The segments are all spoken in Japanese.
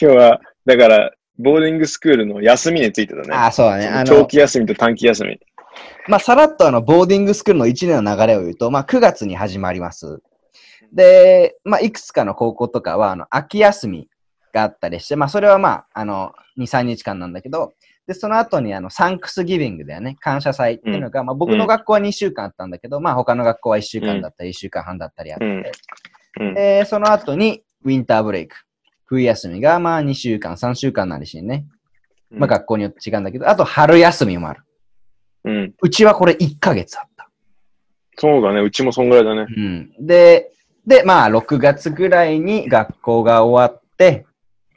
今日は、だから、ボーディングスクールの休みについてだね。ああ、そうだね。あ長の、期休みと短期休み。まあ、さらっとあの、ボーディングスクールの1年の流れを言うと、まあ、9月に始まります。で、まあ、いくつかの高校とかは、あの、秋休みがあったりして、まあ、それはまあ、あの、2、3日間なんだけど、で、その後に、あの、サンクスギビングだよね、感謝祭っていうのが、まあ、僕の学校は2週間あったんだけど、まあ、他の学校は1週間だったり、1週間半だったりあって、うん。うん。で、その後に、ウィンターブレイク。冬休みが、まあ、2週間、3週間なりしてね。まあ、学校によって違うんだけど、あと、春休みもある。うん。うちはこれ1ヶ月あった。そうだね。うちもそんぐらいだね。うん、で、で、まあ、6月ぐらいに学校が終わって、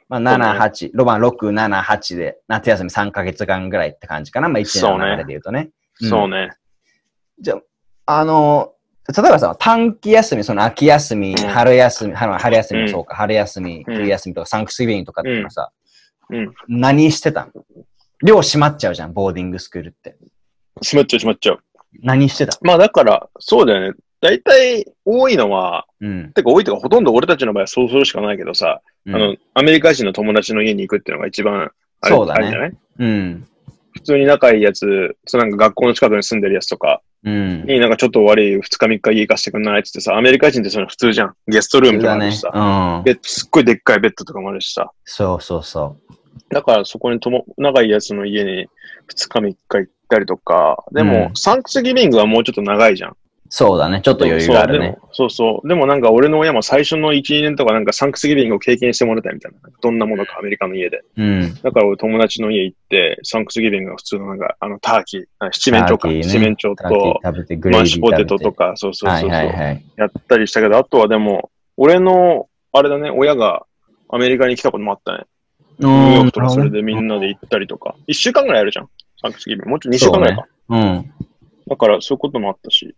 まあ、7、8、ロマン6、7、8で、夏休み3ヶ月間ぐらいって感じかな。まあ、1年の流れで言うとね。うんそうね。じゃあ、あの、例えばさ、短期休み、その秋休み、うん春休み、春春休みもそうか、春休み、うん冬休みとか、サンクスギビングとかっていうのはさ、うん。何してたの寮閉まっちゃうじゃん、ボーディングスクールって。しまっちゃう、しまっちゃう。何してたまあだから、そうだよね。大体多いのは、うん。てか多いとかほとんど俺たちの場合はそうするしかないけどさ、うんあの、アメリカ人の友達の家に行くっていうのが一番あれ、そうだねあれじゃないうん。普通に仲いいやつ、そうなんか学校の近くに住んでるやつとかうん。に、なんかちょっと悪い2日3日家行かせてくんないっつってさ、アメリカ人ってそういうの普通じゃん。ゲストルームとかだもあるねし。さ、うん。ベッドすっごいでっかいベッドとかもあるしさ、そうそうそう。だからそこにとも仲いいやつの家に2日3日行ったりとか、でも、うんサンクスギビングはもうちょっと長いじゃん。そうだね。ちょっと余裕があるね。そうそうでも。そうそう。でもなんか俺の親も最初の1、2年とかなんかサンクスギビングを経験してもらいたいみたいな。どんなものかアメリカの家で。うん。だから俺友達の家行って、サンクスギビングが普通のなんか、あのターキー、あ七面鳥タか。ーキーね七面鳥ターキーと、食べてグレマーッビーシ食ュべてポテトとか、そうそうそうそう、はいはいはい。やったりしたけど、あとはでも、俺の、あれだね、親がアメリカに来たこともあったね。ニニューヨークとかそれでみんなで行ったりとか。1週間ぐらいやるじゃん。サンクスギビング。もうちょっと2週間ぐらいか。うん。だからそういうこともあったし。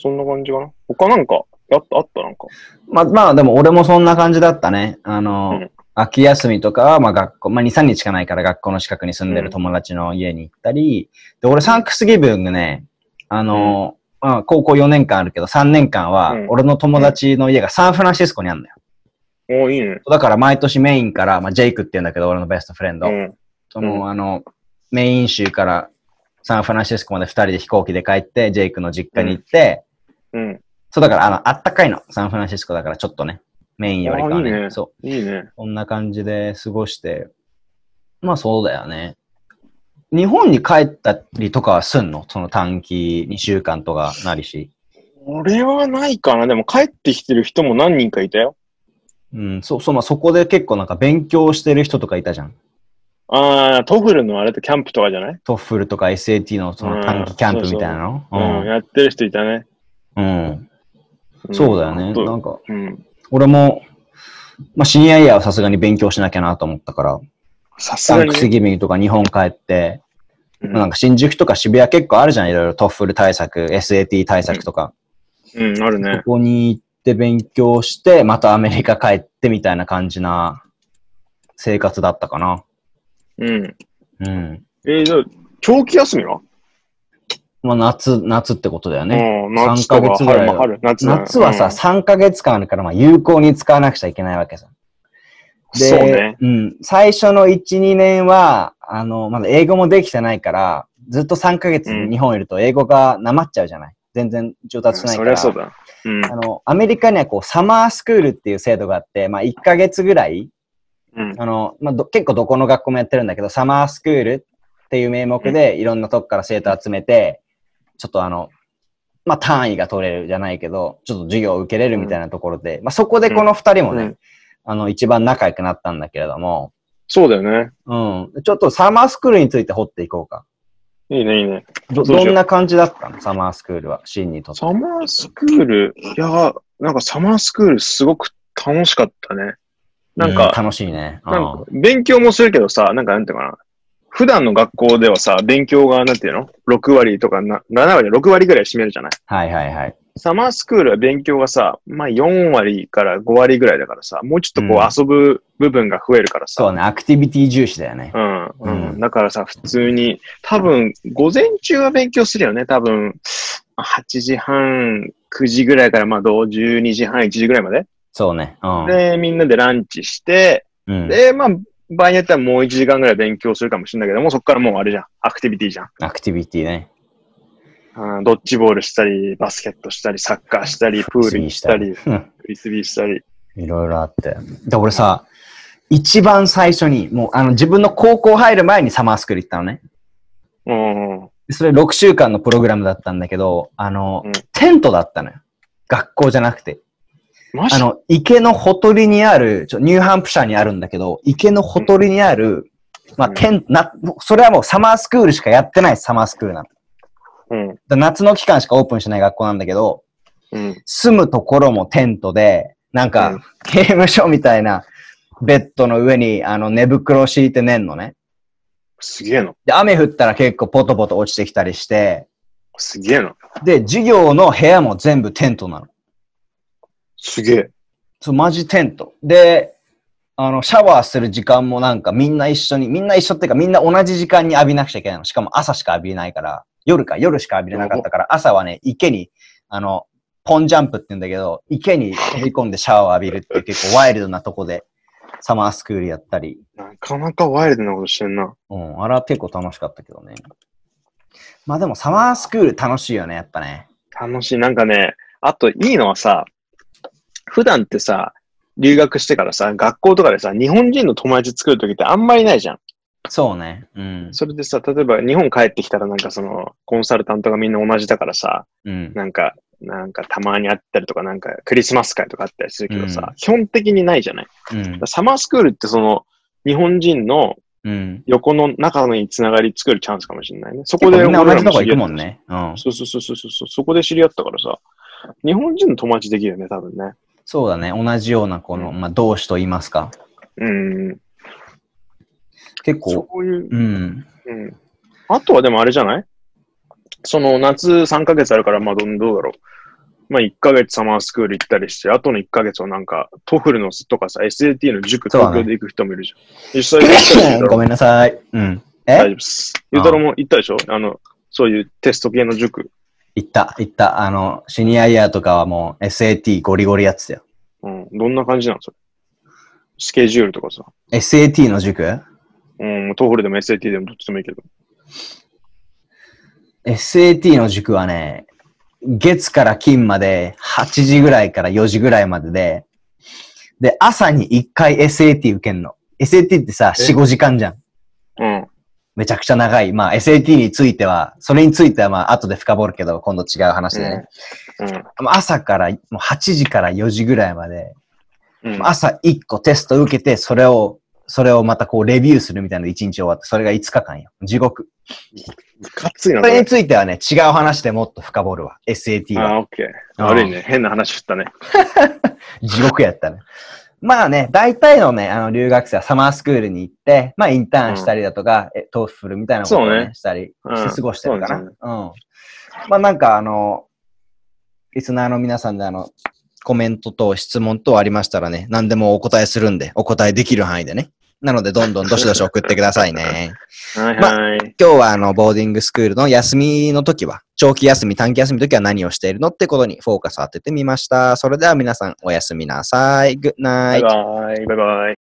そんな感じかな。他なんか、あった、あったなんか。まあまあでも俺もそんな感じだったね。あの、うん秋休みとかはまあ学校、まあ2、3日しかないから学校の近くに住んでる友達の家に行ったり、で、俺サンクスギビングね、あの、まあ高校4年間あるけど3年間はうん俺の友達の家がサンフランシスコにあるんだよ。おおいいね。だから毎年メインから、まあジェイクって言うんだけど俺のベストフレンド。うん。そうの、あの、メイン州からサンフランシスコまで二人で飛行機で帰って、ジェイクの実家に行って、うん。そうだから、あの、あったかいの。サンフランシスコだからちょっとね、メインよりかはね。あいいねそいいねう。。こんな感じで過ごして、まあそうだよね。日本に帰ったりとかはすんのその短期2週間とかなりし。俺はないかな。でも帰ってきてる人も何人かいたよ。うん、そう、そう、まあそこで結構なんか勉強してる人とかいたじゃん。ああ、トフルのあれとキャンプとかじゃないトッフルとか SAT のその短期キャンプみたいなのうん。やってる人いたね。うん。うん。そうだよね。ほんなとんか、うん。俺も、まあ、シニアイヤーはさすがに勉強しなきゃなと思ったから、さすサがンにクスね。ギミーとか日本帰って、うんなんか新宿とか渋谷結構あるじゃん、いろいろトッフル対策、SAT 対策とか。うん、あるそね。こに行って勉強して、またアメリカ帰ってみたいな感じな生活だったかな。うん。うん。えー、じゃあ長期休みはまあ、夏、夏ってことだよね。うん。夏と三ヶか月ぐら春もい春、夏だね夏はさ、うん3ヶ月間あるから、まあ、有効に使わなくちゃいけないわけさ。で、そうね。うん、最初の1、2年は、あの、まだ英語もできてないから、ずっと3ヶ月うん日本いると英語がなまっちゃうじゃない。全然上達しないそかりら。ゃそうだ。うん。あの、アメリカにはこう、サマースクールっていう制度があって、まあ1ヶ月ぐらい、うん。あの、まあど結構どこの学校もやってるんだけど、サマースクールっていう名目でいろんなとこから生徒集めて、ちょっとあの、まあ単位が取れるじゃないけど、ちょっと授業を受けれるみたいなところで、まあそこでこの2人もね、うんあの、一番仲良くなったんだけれども、そうだよね。うん。ちょっとサマースクールについて掘っていこうか。いいね、いいね。ど、そうしよどうんな感じだったのサマースクールは、シンにとって。サマースクール、いや、なんかサマースクールすごく楽しかったね。なんうか、楽しいね。うなんか勉強もするけどさ、なんかなんていうかな。普段の学校ではさ、勉強がなんていうの ?6 割とかな、7割、6割ぐらい占めるじゃないはいはいはい。サマースクールは勉強がさ、まあ4割から5割ぐらいだからさ、もうちょっとこうんう遊ぶ部分が増えるからさ。そうね、アクティビティ重視だよね。うん、うんうんだからさ、普通に、多分、午前中は勉強するよね。多分、8時半、9時ぐらいから、まあ、どう12時半、1時ぐらいまで。そうね。うん。で、みんなでランチして、うん。で、まあ、場合によってはもう1時間ぐらい勉強するかもしれないけども、そこからもうあれじゃん。アクティビティじゃん。アクティビティね。うんドッジボールしたり、バスケットしたり、サッカーしたり、プール行ったり、フうんリスビーしたり。 いろいろあって。で、俺さ、一番最初に、もうあの自分の高校入る前にサマースクール行ったのね。うん。うんでそれ6週間のプログラムだったんだけど、あの、うんテントだったのよ。学校じゃなくて。マジあの、池のほとりにある、ちょニューハンプシャーにあるんだけど、池のほとりにある、まあ、うんテント、な、それはもうサマースクールしかやってないサマースクールなの。うん。だ夏の期間しかオープンしない学校なんだけど、うん。住むところもテントで、なんうかん、刑務所みたいな、ベッドの上に、あの、寝袋を敷いて寝んのね。すげえの。で、雨降ったら結構ポトポト落ちてきたりして、すげえの。で、授業の部屋も全部テントなの。すげえ。そう、マジテント。で、あの、シャワーする時間もなんかみんな一緒に、みんな一緒っていうかみんな同じ時間に浴びなくちゃいけないの。しかも朝しか浴びれないから、夜か、夜しか浴びれなかったから、朝はね、池に、あの、ポンジャンプって言うんだけど、池に飛び込んでシャワーを浴びるっていう結構ワイルドなとこで、サマースクールやったり。なかなかワイルドなことしてんな。うん、あれは結構楽しかったけどね。まあでもサマースクール楽しいよね、やっぱね。楽しい。なんかね、あといいのはさ、普段ってさ、留学してからさ、学校とかでさ、日本人の友達作るときってあんまりないじゃん。そうね。うん。それでさ、例えば日本帰ってきたらなんかその、コンサルタントがみんな同じだからさ、うん。なんか、なんかたまに会ったりとか、なんかクリスマス会とかあったりするけどさ、うん基本的にないじゃない。だかうんら。サマースクールってその、日本人のうん。横の中のにつながり作るチャンスかもしれないね。そこ結構でみんな同じとこ俺行くらも知んり合っね。うんた。そうそうそうそうそう、そこで知り合ったからさ、日本人の友達できるよね、多分ね。そうだね。同じような、この、うまあ、同志と言いますか。うん。結構、そういう、うん。うん。あとはでもあれじゃないその夏3ヶ月あるから、まあどんどうだろう。まあ1ヶ月サマースクール行ったりして、あとの1ヶ月はなんか、トフルのとかさ、SAT の塾、そうだ東ね京で行く人もいるじゃん。実際に行ったりするだごろう。めんなさい。うん。大丈え夫です。ゆうたろうも行ったでしょあの、そういうテスト系の塾。行った、行った。あの、シニアイヤーとかはもう SAT ゴリゴリやってたよ。うん。どんな感じなのそれ。スケジュールとかさ。 SAT の塾うん、トフルでも SAT でもどっちでもいいけど。 ?SAT の塾はね、月から金まで8時ぐらいから4時ぐらいまでで、で、朝に1回 SAT 受けんの。SAT ってさ、え4、5時間じゃん。うん。めちゃくちゃ長い。まあ、SAT については、それについてはまあ、後で深掘るけど、今度違う話でね。もう朝から、もう8時から4時ぐらいまで、うん。うん。朝1個テスト受けて、それを、それをまたこうレビューするみたいなの1日終わって、それが5日間よ。地獄。いかついな、そそれれに。ついてはね、違う話でもっと深掘るわ。SAT あは。あ、オッケー。悪いね。変な話振ったね。地獄やったね。まあね、大体のね、あの、留学生はサマースクールに行って、まあ、インターンしたりだとか、えトーフルみたいなことをそうね、ねしたりして過ごしてるかな。ううんん。まあ、なんか、あの、リスナーの皆さんで、あの、コメントと質問等ありましたらね、何でもお答えするんで、お答えできる範囲でね。なので、どんどんどしどし送ってくださいね。はいはい。今日は、あの、ボーディングスクールの休みの時は、長期休み、短期休みの時は何をしているのってことにフォーカスを当ててみました。それでは皆さん、おやすみなさい。グッナイバイバイ。バイバイ。